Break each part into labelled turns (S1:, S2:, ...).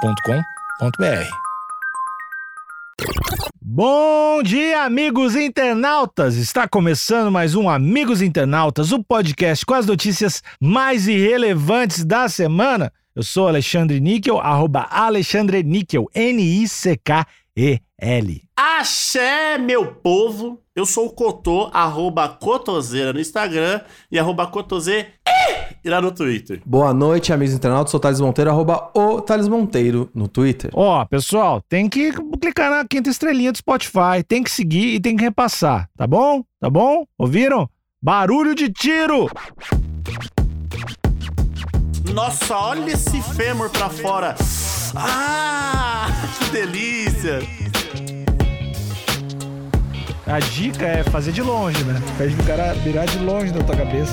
S1: agenciadepodcast.com.br.
S2: Bom dia, amigos internautas! Está começando mais um Amigos Internautas, o podcast com as notícias mais irrelevantes da semana. Eu sou Alexandre Níquel, arroba Alexandre Níquel, N-I-C-K-E-L.
S3: Axé, meu povo! Eu sou o Cotô, arroba Cotoseira no Instagram e arroba Cotoseira no Twitter.
S4: Boa noite, amigos internautas. Sou o Thales Monteiro, arroba o Thales Monteiro no Twitter.
S2: Ó, pessoal, tem que clicar na quinta estrelinha do Spotify, tem que seguir e tem que repassar, tá bom? Tá bom? Ouviram? Barulho de tiro!
S3: Nossa, olha esse fêmur pra fora! Ah, que delícia!
S2: A dica é fazer de longe, né? Pede pro cara virar de longe da tua cabeça.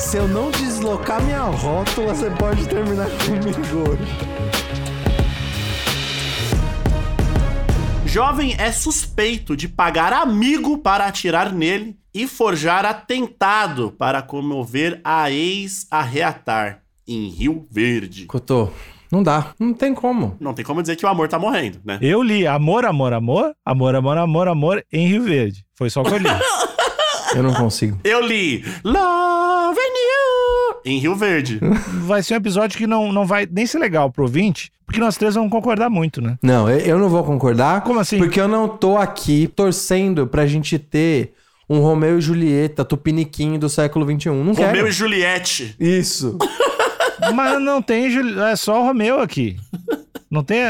S4: Se eu não deslocar minha rótula, você pode terminar comigo hoje.
S3: Jovem é suspeito de pagar amigo para atirar nele e forjar atentado para comover a ex a reatar em Rio Verde.
S4: Cotô, não dá. Não tem como.
S3: Não tem como dizer que o amor tá morrendo, né?
S2: Eu li Amor, Amor, Amor, Amor, Amor, Amor, Amor em Rio Verde. Foi só o que eu li.
S4: Eu não consigo.
S3: Eu li Love in You em Rio Verde.
S2: vai ser um episódio que não, não vai nem ser legal pro ouvinte, porque nós três vamos concordar muito, né?
S4: Não, eu- eu não vou concordar.
S2: Como assim?
S4: Porque eu não tô aqui torcendo pra gente ter um Romeu e Julieta tupiniquim do século XXI. Não quero.
S3: Romeu e Juliette.
S4: Isso.
S2: Mas não tem, Juli- é só o Romeu aqui. Não tem.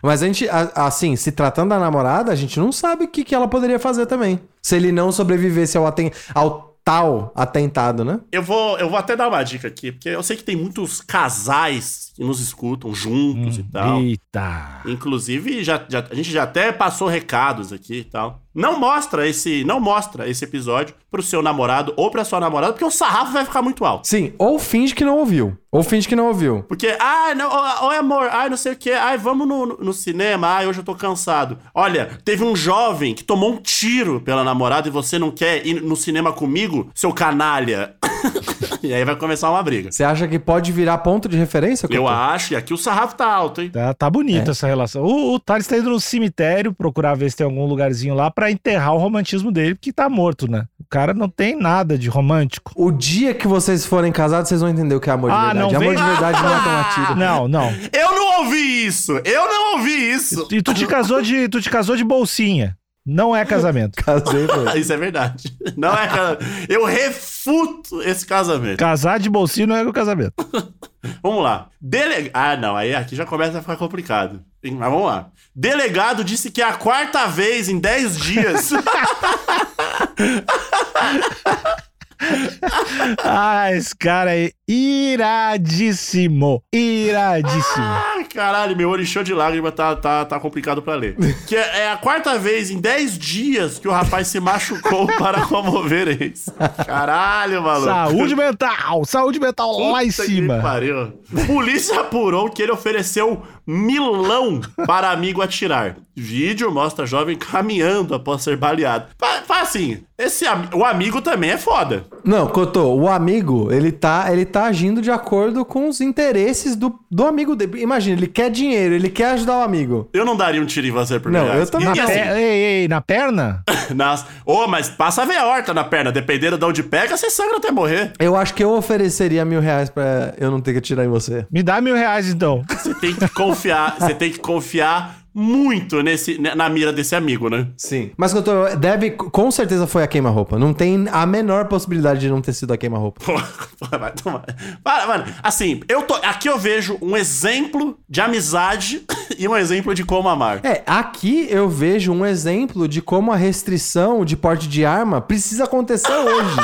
S4: Mas a gente, a- assim, se tratando da namorada, a gente não sabe o que, que ela poderia fazer também. Se ele não sobrevivesse ao, aten- ao tal atentado, né?
S3: Eu vou, eu vou até dar uma dica aqui, porque eu sei que tem muitos casais que nos escutam
S2: Hum,
S3: juntos e tal.
S2: Eita!
S3: Inclusive, já, já- a gente já até passou recados aqui e tal. Não mostra esse, não mostra esse episódio pro seu namorado ou pra sua namorada, porque o sarrafo vai ficar muito alto.
S4: Sim, ou finge que não ouviu. Ou finge que não ouviu.
S3: Porque, ai, não, ô, ô, amor, ai, não sei o quê, ai, vamos no, no- no cinema, ai, hoje eu tô cansado. Olha, teve um jovem que tomou um tiro pela namorada e você não quer ir no cinema comigo, seu canalha. e aí vai começar uma briga.
S4: Você acha que pode virar ponto de referência?
S3: Eu
S4: Cotô?
S3: acho, e aqui o sarrafo tá alto, hein?
S2: Tá, tá bonita essa relação. O, o Thales tá indo no cemitério procurar ver se tem algum lugarzinho lá pra enterrar o romantismo dele, porque tá morto, né? O cara não tem nada de romântico.
S4: O dia que vocês forem casados, vocês vão entender o que é amor de
S2: Ah,
S4: verdade.
S2: não
S4: amor
S2: vem-
S4: de verdade não é tomar tiro.
S2: Não, não.
S3: Eu não ouvi isso! Eu não ouvi isso!
S2: E tu te casou de, tu te casou de bolsinha. Não é casamento.
S4: Casei, velho.
S3: Isso é verdade. Não é casa- Eu refuto esse casamento.
S2: Casar de bolsinha não é casamento.
S3: Vamos lá. Dele... Ah, não. Aí aqui já começa a ficar complicado. Hein, Mas vamos lá. Delegado disse que é a quarta vez em 10 dias.
S2: Ah, esse cara é iradíssimo. Iradíssimo.
S3: Ai, Caralho, meu olho encheu de lágrima, tá, tá, tá complicado pra ler. Que é é a quarta vez em 10 dias que o rapaz se machucou para comover ex. Caralho, maluco.
S2: Saúde mental! Saúde mental lá em
S3: Puta que
S2: cima.
S3: pariu. Polícia apurou que ele ofereceu milão para amigo atirar. Vídeo mostra jovem caminhando após ser baleado. Fa- Fala assim, esse, am- o amigo também é foda.
S4: Não, Cotô, o amigo, ele tá, ele tá agindo de acordo com os interesses do, do amigo dele. Imagina, ele quer dinheiro, ele quer ajudar o amigo.
S3: Eu não daria um tiro em você por
S4: Não,
S3: milhões.
S4: eu
S3: E
S4: também
S2: Na
S4: não.
S3: assim,
S2: per- Ei, ei, na perna?
S3: nas- Ô, mas passa a horta na perna. Dependendo de onde pega, você sangra até morrer.
S4: Eu acho que eu ofereceria mil reais pra eu não ter que atirar em você.
S2: Me dá mil reais então.
S3: Você tem que confiar, você tem que confiar muito nesse, na mira desse amigo, né?
S4: Sim. Mas Cotô, deve, com certeza foi a queima-roupa. Não tem a menor possibilidade de não ter sido a queima-roupa.
S3: Pô, pô, vai tomar. Para, mano. Assim, eu tô, aqui eu vejo um exemplo de amizade e um exemplo de como amar.
S4: É, aqui eu vejo um exemplo de como a restrição de porte de arma precisa acontecer hoje.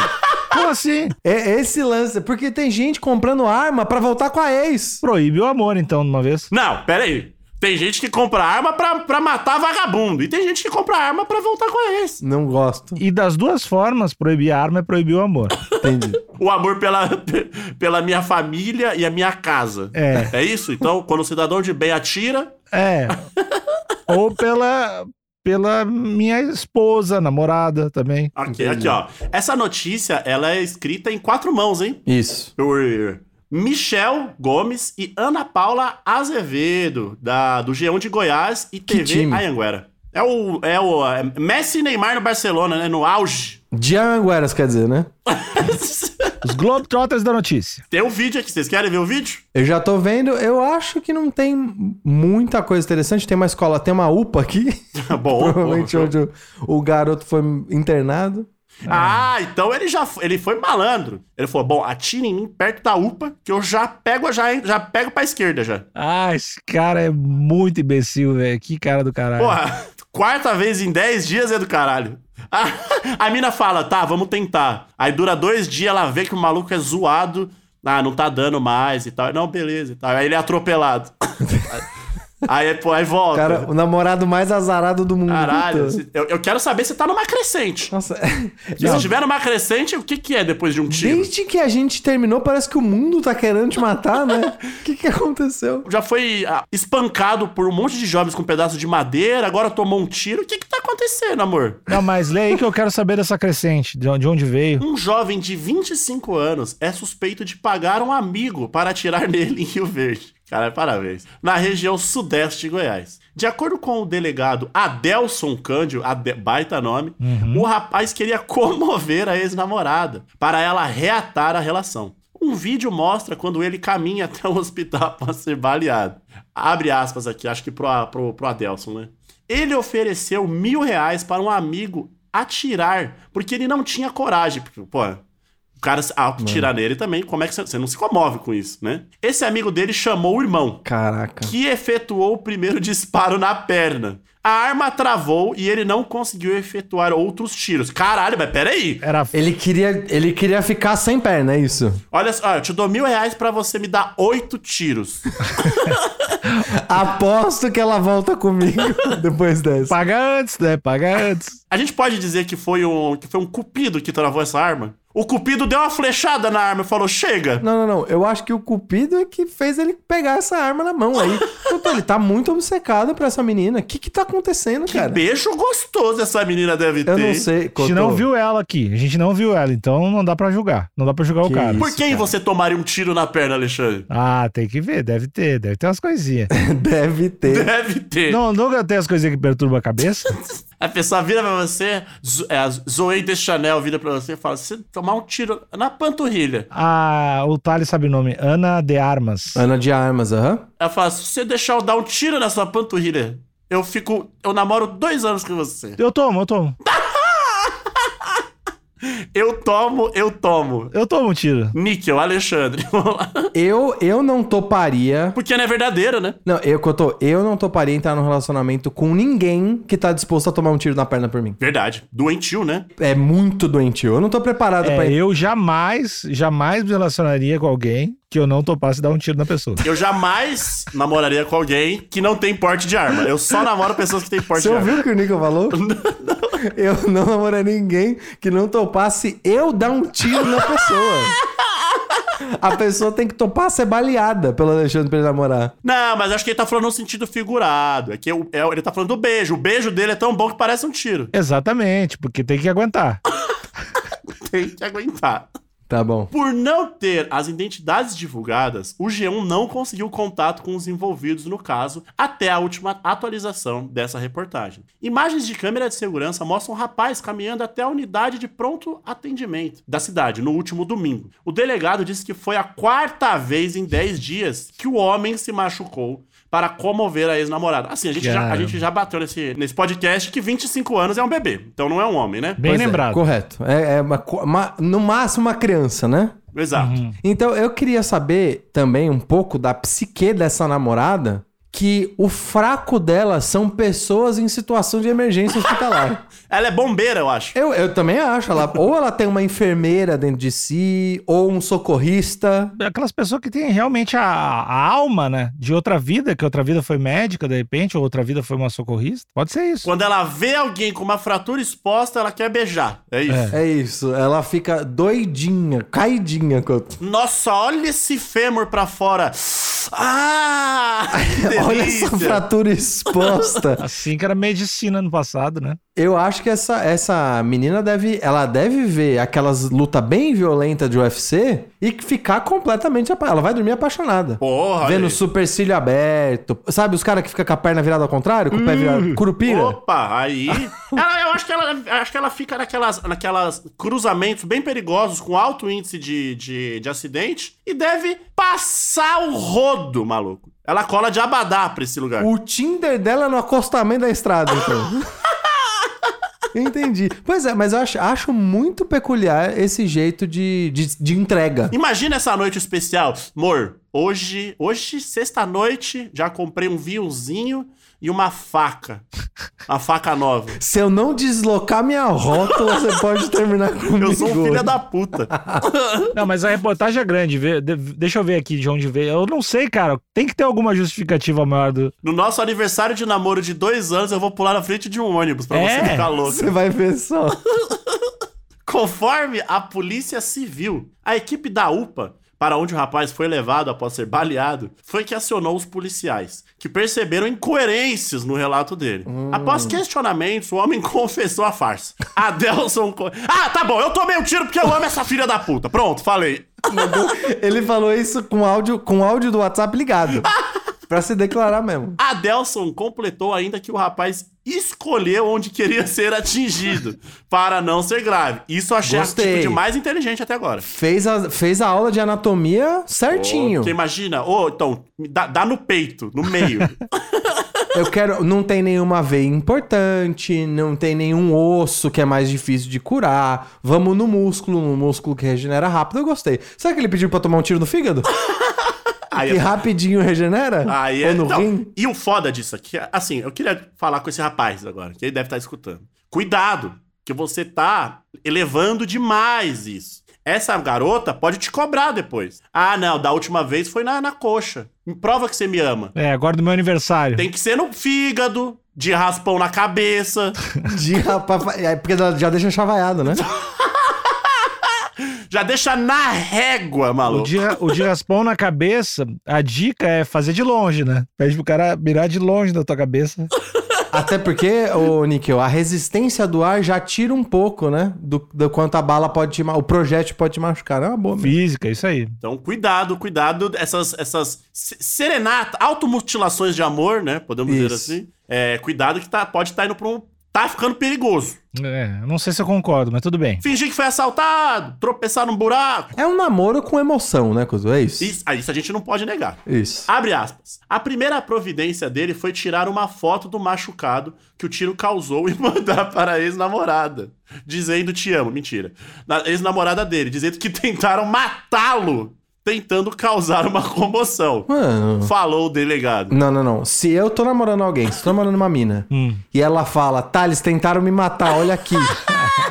S2: Como assim?
S4: É esse lance, porque tem gente comprando arma pra voltar com a ex.
S2: Proíbe o amor então, de uma vez.
S3: Não, pera aí. Tem gente que compra arma pra, pra matar vagabundo. E tem gente que compra arma pra voltar com a ex.
S4: Não gosto.
S2: E das duas formas, proibir a arma é proibir o amor.
S4: Entendi.
S3: O amor pela, pela minha família e a minha casa.
S2: É.
S3: É isso? Então, quando o cidadão de bem atira.
S2: É. Ou pela, pela minha esposa, namorada também.
S3: Aqui, aqui, ó. Essa notícia, ela é escrita em quatro mãos, hein?
S4: Isso.
S3: Por Michel Gomes e Ana Paula Azevedo, da, do G1 de Goiás e TV
S4: time.
S3: Ayanguera. É o, é o é Messi e Neymar no Barcelona, né? No auge.
S4: De Angueras, quer dizer, né?
S2: Os Globetrotters da notícia.
S3: Tem um vídeo aqui, vocês querem ver o vídeo?
S4: Eu já tô vendo, eu acho que não tem muita coisa interessante. Tem uma escola, tem uma UPA aqui,
S3: Bom.
S4: provavelmente onde o, o garoto foi internado.
S3: Ah, então ele já foi, ele foi malandro. Ele falou: bom, atire em mim perto da UPA, que eu já pego, já, já pego pra esquerda já.
S2: Ah, esse cara é muito imbecil, velho. Que cara do
S4: É.
S2: caralho.
S3: Porra, quarta vez em 10 dias é do caralho. A, a mina fala, tá, vamos tentar. Aí dura dois dias, ela vê que o maluco é zoado. Ah, não tá dando mais e tal. Não, beleza e tal. Aí ele é atropelado. aí, pô, aí volta.
S4: Cara, o namorado mais azarado do mundo.
S3: Caralho,
S4: Puta.
S3: se- eu, eu quero saber se tá numa crescente.
S4: Nossa.
S3: Se você tiver numa crescente, o que que é depois de um tiro?
S4: Desde que a gente terminou, parece que o mundo tá querendo te matar, né? O que, que aconteceu?
S3: Já foi ah, espancado por um monte de jovens com um pedaço de madeira, agora tomou um tiro. O que que tá acontecendo, amor?
S2: Não, mas lê aí que eu quero saber dessa crescente, de onde de onde veio.
S3: Um jovem de 25 anos é suspeito de pagar um amigo para atirar nele em Rio Verde. Cara, parabéns. Na região sudeste de Goiás. De acordo com o delegado Adelson Cândido, Ade- baita nome, o rapaz queria comover a ex-namorada para ela reatar a relação. Um vídeo mostra quando ele caminha até o hospital após ser baleado. Abre aspas aqui, acho que pro, A- pro, pro Adelson, né? Ele ofereceu mil reais para um amigo atirar, porque ele não tinha coragem. Porque, pô, o cara atirar nele também, como é que você, você não se comove com isso, né? Esse amigo dele chamou o irmão,
S4: Caraca.
S3: que efetuou o primeiro disparo na perna. A arma travou e ele não conseguiu efetuar outros tiros. Caralho, mas peraí.
S2: Era
S4: Ele queria, ele queria ficar sem perna, é isso?
S3: Olha só, eu te dou mil reais pra você me dar oito tiros.
S4: Aposto que ela volta comigo depois dessa.
S2: paga antes, né? Paga antes.
S3: A gente pode dizer que foi um, que foi um cupido que travou essa arma? O cupido deu uma flechada na arma e falou, chega.
S4: Não, não, não. Eu acho que o Cupido é que fez ele pegar essa arma na mão aí. Puta, ele tá muito obcecado pra essa menina. O que que tá acontecendo,
S3: Que
S4: cara?
S3: beijo gostoso essa menina deve ter.
S4: Eu não sei.
S2: A gente
S4: Cotô.
S2: não viu ela aqui. A gente não viu ela, então não dá pra julgar. Não dá pra julgar o
S4: Que
S2: cara.
S4: isso.
S3: Por quem
S4: cara.
S3: você tomaria um tiro na perna, Alexandre?
S2: Ah, tem que ver, deve ter, deve ter umas coisinhas.
S4: Deve ter.
S3: Deve ter.
S2: não, nunca tem as coisinhas que perturbam a cabeça.
S3: A pessoa vira pra você, zo- é, a Zoe de Chanel vira pra você e fala: se você tomar um tiro na panturrilha.
S2: Ah, o Thales sabe o nome, Ana de Armas.
S4: Ana de armas, aham.
S3: Ela fala: se você deixar eu dar um tiro na sua panturrilha, eu fico. Eu namoro dois anos com você.
S2: Eu tomo, eu tomo.
S3: Eu tomo, eu tomo.
S2: Eu tomo um tiro.
S3: Níquel, Alexandre. Vamos lá.
S4: Eu, eu não toparia.
S3: Porque não é verdadeiro, né?
S4: Não, eu, Cotô, eu não toparia entrar num relacionamento com ninguém que tá disposto a tomar um tiro na perna por mim.
S3: Verdade. Doentio, né?
S4: É muito doentio. Eu não tô preparado pra
S2: É,
S4: isso.
S2: eu jamais, jamais me relacionaria com alguém que eu não topasse dar um tiro na pessoa.
S3: Eu jamais namoraria com alguém que não tem porte de arma. Eu só namoro pessoas que têm porte
S4: Você
S3: de arma.
S4: ouviu o que o Nico falou? Eu não namoraria ninguém que não topasse eu dar um tiro na pessoa. A pessoa tem que topar ser baleada pelo Alexandre pra ele namorar.
S3: Não, mas acho que ele tá falando no sentido figurado. É que o- é- ele tá falando do beijo. O beijo dele é tão bom que parece um tiro.
S2: Exatamente, porque tem que aguentar.
S3: Tem que aguentar.
S4: Tá bom.
S3: Por não ter as identidades divulgadas, o G1 não conseguiu contato com os envolvidos no caso até a última atualização dessa reportagem. Imagens de câmera de segurança mostram um rapaz caminhando até a unidade de pronto atendimento da cidade no último domingo. O delegado disse que foi a quarta vez em 10 dias que o homem se machucou para comover a ex-namorada. Assim, a gente, já, a
S2: Cara.
S3: gente já bateu nesse, nesse podcast que 25 anos é um bebê, então não é um homem, né?
S2: Bem
S4: Pois é,
S2: lembrado.
S4: correto. É, é uma co- uma- no máximo uma criança, né?
S3: Exato.
S4: Então eu queria saber também um pouco da psique dessa namorada, que o fraco dela são pessoas em situação de emergência hospitalar.
S3: Ela é bombeira, eu acho.
S4: Eu, eu também acho. Ela, ou ela tem uma enfermeira dentro de si, ou um socorrista.
S2: Aquelas pessoas que têm realmente a, a alma, né? De outra vida, que outra vida foi médica, de repente, ou outra vida foi uma socorrista. Pode ser isso.
S3: Quando ela vê alguém com uma fratura exposta, ela quer beijar. É isso.
S4: É isso. Ela fica doidinha, caidinha. Couto.
S3: Nossa, olha esse fêmur pra fora. Ah! que
S4: Olha essa
S3: delícia.
S4: fratura exposta.
S2: Assim que era medicina no passado, né?
S4: Eu acho que essa, essa menina deve, ela deve ver aquelas luta bem violenta de UFC e que ficar completamente, apa- ela vai dormir apaixonada.
S3: Porra,
S4: Vendo o
S3: olha
S4: supercílio aberto. Sabe os caras que ficam com a perna virada ao contrário? Com o pé virado.
S3: aí.
S4: Curupira?
S3: Hum. Opa, aí. Ela- eu acho que ela, acho que ela fica naquelas, naquelas cruzamentos bem perigosos com alto índice de, de, de acidente e deve passar o rodo, maluco. Ela cola de abadá pra esse lugar.
S4: O Tinder dela é no acostamento da estrada, então. Entendi. Pois é, mas eu acho, acho muito peculiar esse jeito de, de, de entrega.
S3: Imagina essa noite especial. Mor, hoje, hoje, sexta-noite, já comprei um vinhozinho e uma faca. Uma faca nova.
S4: Se eu não deslocar minha rótula, você pode terminar comigo.
S3: Eu sou um
S4: hoje.
S3: filho da puta.
S2: Não, mas a reportagem é grande. vê- de- Deixa eu ver aqui de onde veio. Eu não sei, cara. Tem que ter alguma justificativa maior do.
S3: No nosso aniversário de namoro de dois anos, eu vou pular na frente de um ônibus pra
S2: É?
S3: você ficar louco.
S4: Você vai ver só.
S3: Conforme a Polícia Civil, a equipe da UPA, para onde o rapaz foi levado após ser baleado, foi que acionou os policiais, que perceberam incoerências no relato dele. Após questionamentos, o homem confessou a farsa. Adelson. co- Ah, tá bom, eu tomei um tiro porque eu amo essa filha da puta. Pronto, falei.
S4: Ele falou isso com áudio, com áudio do WhatsApp ligado. Pra se declarar mesmo.
S3: Adelson completou ainda que o rapaz escolheu onde queria ser atingido, para não ser grave. Isso eu achei a
S4: Gostei.
S3: tipo de mais inteligente até agora.
S4: Fez a, fez a aula de anatomia certinho.
S3: Porque imagina, ô, então, me dá, dá no peito, no meio.
S4: Eu quero. Não tem nenhuma veia importante, não tem nenhum osso que é mais difícil de curar. Vamos no músculo, no músculo que regenera rápido. Eu gostei. Será que ele pediu pra tomar um tiro no fígado?
S3: Aí
S4: que
S3: é-
S4: rapidinho regenera?
S3: Aí
S4: Ou
S3: é.
S4: no
S3: não.
S4: rim?
S3: E o foda disso aqui, é- assim, eu queria falar com esse rapaz agora, que ele deve estar escutando. Cuidado, que você tá elevando demais isso. Essa garota pode te cobrar depois. Ah, não, da última vez foi na, na coxa. Me prova que você me ama.
S2: É, agora do meu aniversário.
S3: Tem que ser no fígado, de raspão na cabeça.
S4: De rapaz. é Porque ela já deixa chavaiado, né?
S3: Já deixa na régua,
S2: O
S4: Tá
S3: maluco.
S2: de, o de raspão na cabeça, a dica é fazer de longe, né? Pede pro cara mirar de longe da tua cabeça.
S4: Até porque, ô Níquel, a resistência do ar já tira um pouco, né? Do, do quanto a bala pode te ma- O projétil pode te machucar. É uma boa mesmo.
S2: Física, isso aí.
S3: Então, cuidado, cuidado. Essas, essas se- serenata, automutilações de amor, né? Podemos dizer
S4: Isso.
S3: assim. É, cuidado que tá, pode estar indo pra um. Tá ficando perigoso.
S2: É, não sei se eu concordo, mas tudo bem.
S3: Fingir que foi assaltado, tropeçar num buraco.
S4: É um namoro com emoção, né, Cuzu? É isso?
S3: Isso, ah, isso a gente não pode negar.
S4: Isso.
S3: Abre aspas. A primeira providência dele foi tirar uma foto do machucado que o tiro causou e mandar para a ex-namorada, dizendo te amo. Mentira. Na ex-namorada dele, dizendo que tentaram matá-lo, tentando causar uma comoção.
S4: Mano.
S3: Falou o delegado.
S4: Não, não, não. Se eu tô namorando alguém, se tô namorando uma mina,
S2: Hum.
S4: e ela fala, tá, eles tentaram me matar, olha aqui.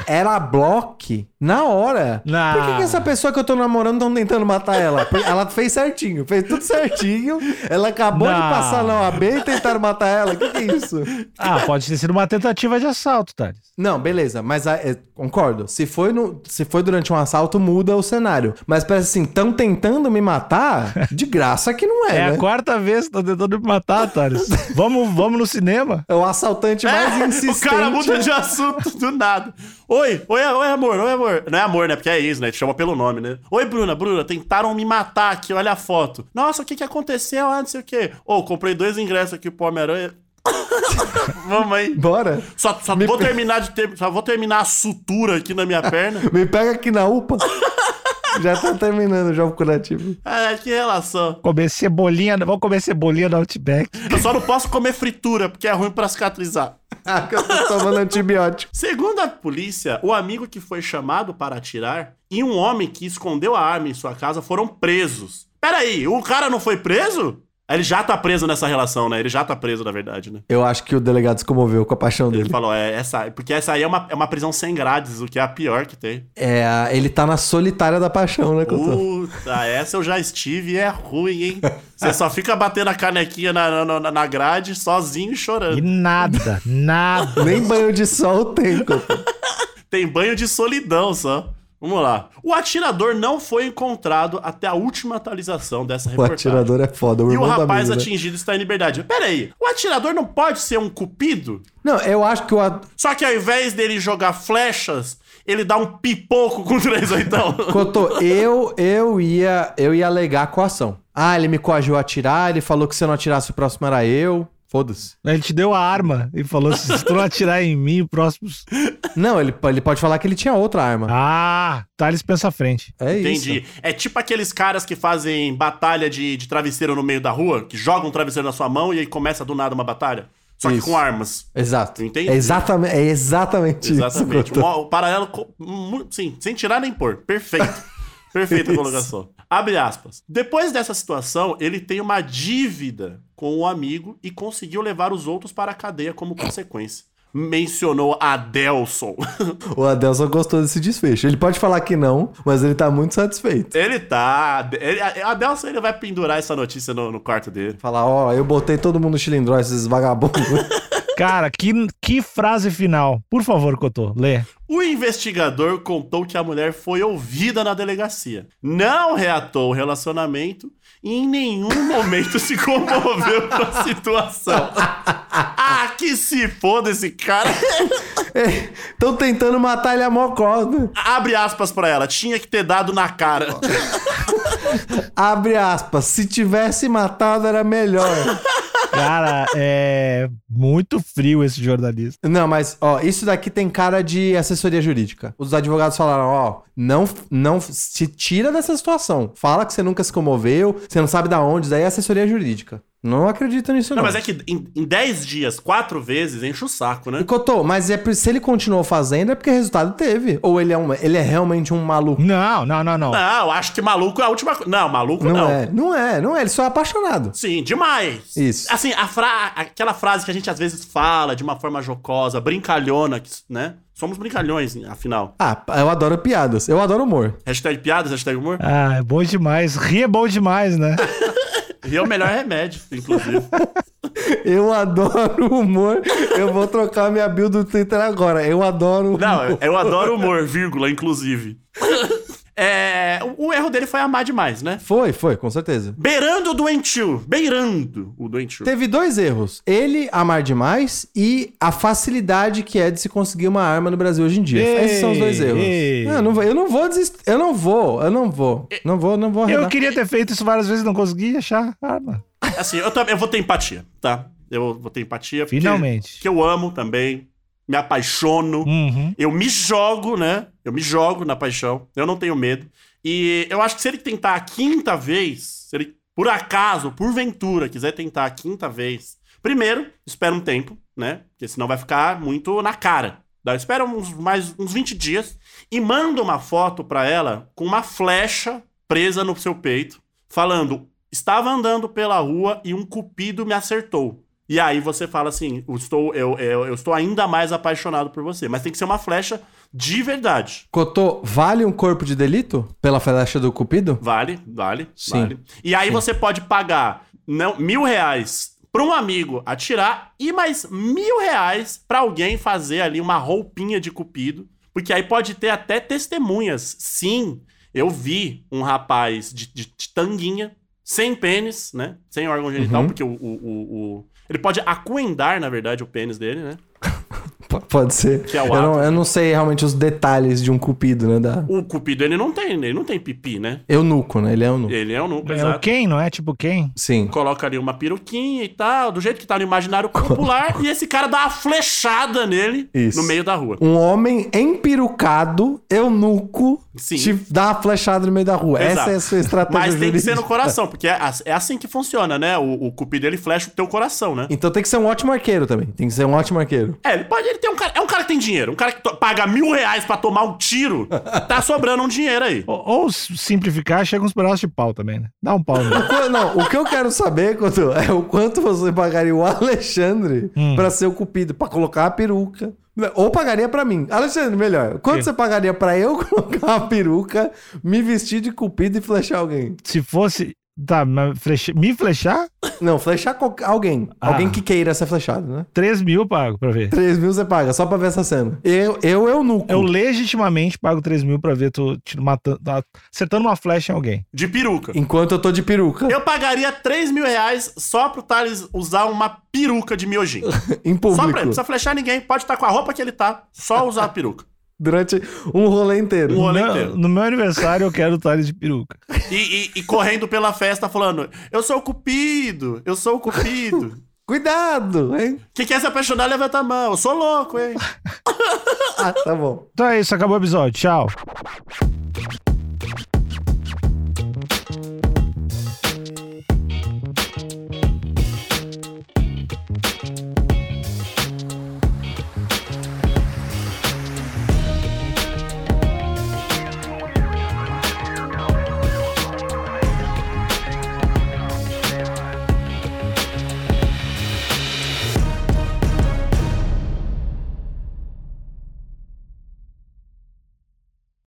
S4: Era bloque na hora.
S2: Não.
S4: Por que, que essa pessoa que eu tô namorando estão tentando matar ela? Porque Ela fez certinho, fez tudo certinho. Ela acabou de
S2: Não.
S4: passar na OAB e tentaram matar ela. O que, que é isso?
S2: Ah, pode ter sido uma tentativa de assalto, Thales.
S4: Não, beleza, mas a- é, concordo. Se foi, no, se foi durante um assalto, muda o cenário. Mas parece assim, estão tentando me matar? De graça que não é,
S2: É,
S4: né?
S2: a quarta vez que tô tentando me matar, Thales. vamos, vamos no cinema?
S4: É o assaltante mais
S3: O
S4: insistente. né?
S3: cara muda de assunto do nada. Oi, oi, oi, amor, oi, amor. Não é amor, né? Porque é isso, né? Te chama pelo nome, né? Oi, Bruna, Bruna, tentaram me matar aqui, olha a foto. Nossa, o que que aconteceu? Ah, não sei o quê. Ô, comprei dois ingressos aqui pro Homem-Aranha. Vamos aí.
S4: Bora.
S3: Só, só vou terminar de ter, só vou terminar a sutura aqui na minha perna.
S4: Me pega aqui na UPA. Já tá terminando já o curativo.
S3: Ah, que relação.
S2: Comer cebolinha, vamos comer cebolinha no Outback.
S3: Eu só não posso comer fritura, porque é ruim pra cicatrizar.
S4: Ah, que eu tô tomando antibiótico.
S3: Segundo a polícia, o amigo que foi chamado para atirar e um homem que escondeu a arma em sua casa foram presos. Peraí, o cara não foi preso? Ele já tá preso nessa relação, né? Ele já tá preso, na verdade, né?
S4: Eu acho que o delegado se comoveu com a paixão
S3: Ele
S4: dele.
S3: falou, é essa. Porque essa aí é uma, é uma prisão sem grades, o que é a pior que tem.
S4: É, ele tá na solitária da paixão, né, Couto?
S3: Puta, essa eu já estive e é ruim, hein? Você só fica batendo a canequinha na, na, na- na grade sozinho e
S2: E
S3: chorando.
S2: nada, nada.
S4: Uh. Nem banho de sol tem, Couto.
S3: Tem banho de solidão só. Vamos lá. O atirador não foi encontrado até a última atualização dessa
S4: O
S3: reportagem.
S4: atirador é foda. O
S3: E o
S4: irmão da
S3: rapaz
S4: mina, né?
S3: atingido está em liberdade. Pera aí, o atirador não pode ser um cupido?
S4: Não, eu acho que o. a-
S3: Só que ao invés dele jogar flechas, ele dá um pipoco com três então. oitão.
S4: É Cotô, eu, eu, ia, eu ia alegar a coação. Ah, ele me coagiu a atirar, ele falou que se eu não atirasse o próximo era eu. Foda-se.
S2: Ele te deu a arma e falou: assim, se tu não atirar em mim, próximos.
S4: Não, ele, ele pode falar que ele tinha outra arma.
S2: Ah, Thales pensa à frente.
S4: é
S3: Entendi.
S4: isso.
S3: É tipo aqueles caras que fazem batalha de, de travesseiro no meio da rua, que jogam um travesseiro na sua mão e aí começa do nada uma batalha. Só
S4: Isso.
S3: que com armas.
S4: Exato.
S3: Entendi.
S4: É exatamente, é exatamente,
S3: Exatamente.
S4: isso. Cotô.
S3: O, o paralelo. co- mu- Sim, sem tirar nem pôr. Perfeito. Perfeita a colocação. Abre aspas. Depois dessa situação, ele tem uma dívida com o amigo e conseguiu levar os outros para a cadeia como consequência. Mencionou Adelson.
S4: O Adelson gostou desse desfecho. Ele pode falar que não, mas ele tá muito satisfeito.
S3: ele tá. Ele, Adelson ele vai pendurar essa notícia no, no quarto dele.
S4: Falar, ó, eu botei todo mundo chilindró, esses vagabundos.
S2: Cara, que, que frase final. Por favor, Cotô, lê.
S3: O investigador contou que a mulher foi ouvida na delegacia, não reatou o relacionamento e em nenhum momento se comoveu com a situação. Ah, que se foda esse cara!
S4: Estão tentando matar ele a mocó, né?
S3: Abre aspas pra ela, tinha que ter dado na cara.
S4: Abre aspas. Se tivesse matado, era melhor.
S2: Cara, é muito frio esse jornalista.
S4: Não, mas, ó, isso daqui tem cara de assessoria jurídica. Os advogados falaram, ó, não, não se tira dessa situação. Fala que você nunca se comoveu, você não sabe da onde, daí é assessoria jurídica. Não acredito nisso, não.
S3: Não, mas é que em em 10 dias, quatro vezes, enche o saco, né?
S4: E, Cotô, mas é por- se ele continuou fazendo, é porque resultado teve. Ou ele é, um, ele é realmente um maluco.
S2: Não, não, não, não.
S3: Não, acho que maluco é a última coisa. Não, maluco
S4: Não,
S3: não.
S4: é, não é, não é. Ele só é apaixonado.
S3: Sim, demais.
S4: Isso.
S3: Assim, a fra... aquela frase que a gente às vezes fala de uma forma jocosa, brincalhona, que- né? Somos brincalhões, afinal.
S4: Ah, eu adoro piadas. Eu adoro humor.
S3: Hashtag piadas, hashtag humor.
S2: Ah, é bom demais. Rir é bom demais, né?
S3: Rir é o melhor remédio, inclusive.
S4: Eu adoro humor. Eu vou trocar minha bio do Twitter agora. Eu adoro
S3: Não, eu,
S4: humor.
S3: eu adoro humor, vírgula, inclusive. É, o, o erro dele foi amar demais, né?
S4: Foi, foi, com certeza.
S3: Beirando o doentio. Beirando o doentio.
S4: Teve dois erros. Ele amar demais e a facilidade que é de se conseguir uma arma no Brasil hoje em dia.
S2: Ei,
S4: Esses são os dois erros.
S2: ei.
S4: Não, eu não vou- eu não vou desistir. Eu não vou, eu não vou. Não vou, não vou
S2: Eu
S4: arredar.
S2: queria ter feito isso várias vezes e não consegui achar Ah, arma.
S3: Assim, eu, também eu vou ter empatia, tá? Eu vou ter empatia. porque-
S2: Finalmente.
S3: Que eu amo também. Me apaixono.
S2: Uhum.
S3: Eu me jogo, né? Eu me jogo na paixão. Eu não tenho medo. E eu acho que se ele tentar a quinta vez, se ele, por acaso, porventura, quiser tentar a quinta vez, primeiro, espera um tempo, né? Porque senão vai ficar muito na cara. Dá, espera uns, mais uns 20 dias e manda uma foto pra ela com uma flecha presa no seu peito, falando: Estava andando pela rua e um cupido me acertou. E aí você fala assim: eu estou, eu, eu, eu estou ainda mais apaixonado por você. Mas tem que ser uma flecha de verdade.
S4: Cotô, vale um corpo de delito pela flecha do Cupido?
S3: Vale, vale,
S4: Sim.
S3: vale. E aí você pode pagar não, mil reais pra um amigo atirar e mais mil reais pra alguém fazer ali uma roupinha de cupido. Porque aí pode ter até testemunhas. Sim, eu vi um rapaz de, de- de tanguinha, sem pênis, né? Sem órgão genital,
S4: Uhum.
S3: porque o, o- o- o- Ele pode acuendar, na verdade, o pênis dele, né?
S4: P- pode ser.
S3: Que é o
S4: eu,
S3: ato.
S4: não, eu não sei realmente os detalhes de um Cupido, né? Da...
S3: O cupido, ele não tem, ele não tem pipi, né?
S4: Eunuco, né? Ele é eunuco.
S3: Ele é um nunca,
S2: É o quem, não é? Tipo quem?
S4: Sim.
S3: coloca ali uma peruquinha e tal, do jeito que tá no imaginário popular, e esse cara dá uma flechada nele
S4: Isso.
S3: no meio da rua.
S4: Um homem empirucado, eunuco,
S3: Sim.
S4: te dá uma flechada no meio da rua.
S3: Exato.
S4: Essa é a sua estratégia
S3: Mas tem que ser no
S4: jurídica.
S3: coração, porque é, as- é assim que funciona, né? O, o cupido, ele flecha o teu coração, né?
S4: Então tem que ser um ótimo arqueiro também. Tem que ser um ótimo arqueiro.
S3: É, ele pode, ele tem um cara, é um cara que tem dinheiro, um cara que to- paga mil reais pra tomar um tiro, tá sobrando um dinheiro aí.
S2: Ou, ou s- simplificar, chega uns pedaços de pau também, né? Dá um pau. Né?
S4: Pô, Não, o que eu quero saber, Couto, é o quanto você pagaria o Alexandre
S3: Hum.
S4: pra ser o cupido, pra colocar a peruca. Ou pagaria pra mim. Alexandre, melhor. Quanto você pagaria pra eu colocar a peruca, me vestir de cupido e flechar alguém?
S2: Se fosse Tá, mas flecha- me flechar?
S4: Não, flechar qual- alguém.
S2: Ah.
S4: Alguém que queira ser flechado, né?
S2: 3 mil eu pago pra ver.
S4: 3 mil você paga, só pra ver essa cena. Eu, eu, eu nuco.
S2: Eu legitimamente pago 3 mil pra ver tu te matando, tá acertando uma flecha em alguém.
S3: De peruca.
S4: Enquanto eu tô de peruca,
S3: Eu pagaria 3 mil reais só pro Thales usar uma peruca de miojinho. Só pra ele,
S4: em
S3: não
S4: público.
S3: precisa flechar ninguém. Pode estar com a roupa que ele tá, só usar a peruca.
S4: Durante um rolê inteiro.
S3: Um- O rolê
S2: no, meu,
S3: inteiro.
S2: no meu aniversário eu quero o Thales de peruca.
S3: E, e- e correndo pela festa falando: Eu sou o Cupido, eu sou o Cupido.
S4: Cuidado, hein?
S3: Quem quer se apaixonar, levanta a mão. Eu sou louco, hein?
S4: Ah, tá bom.
S2: Então é isso, acabou o episódio. Tchau.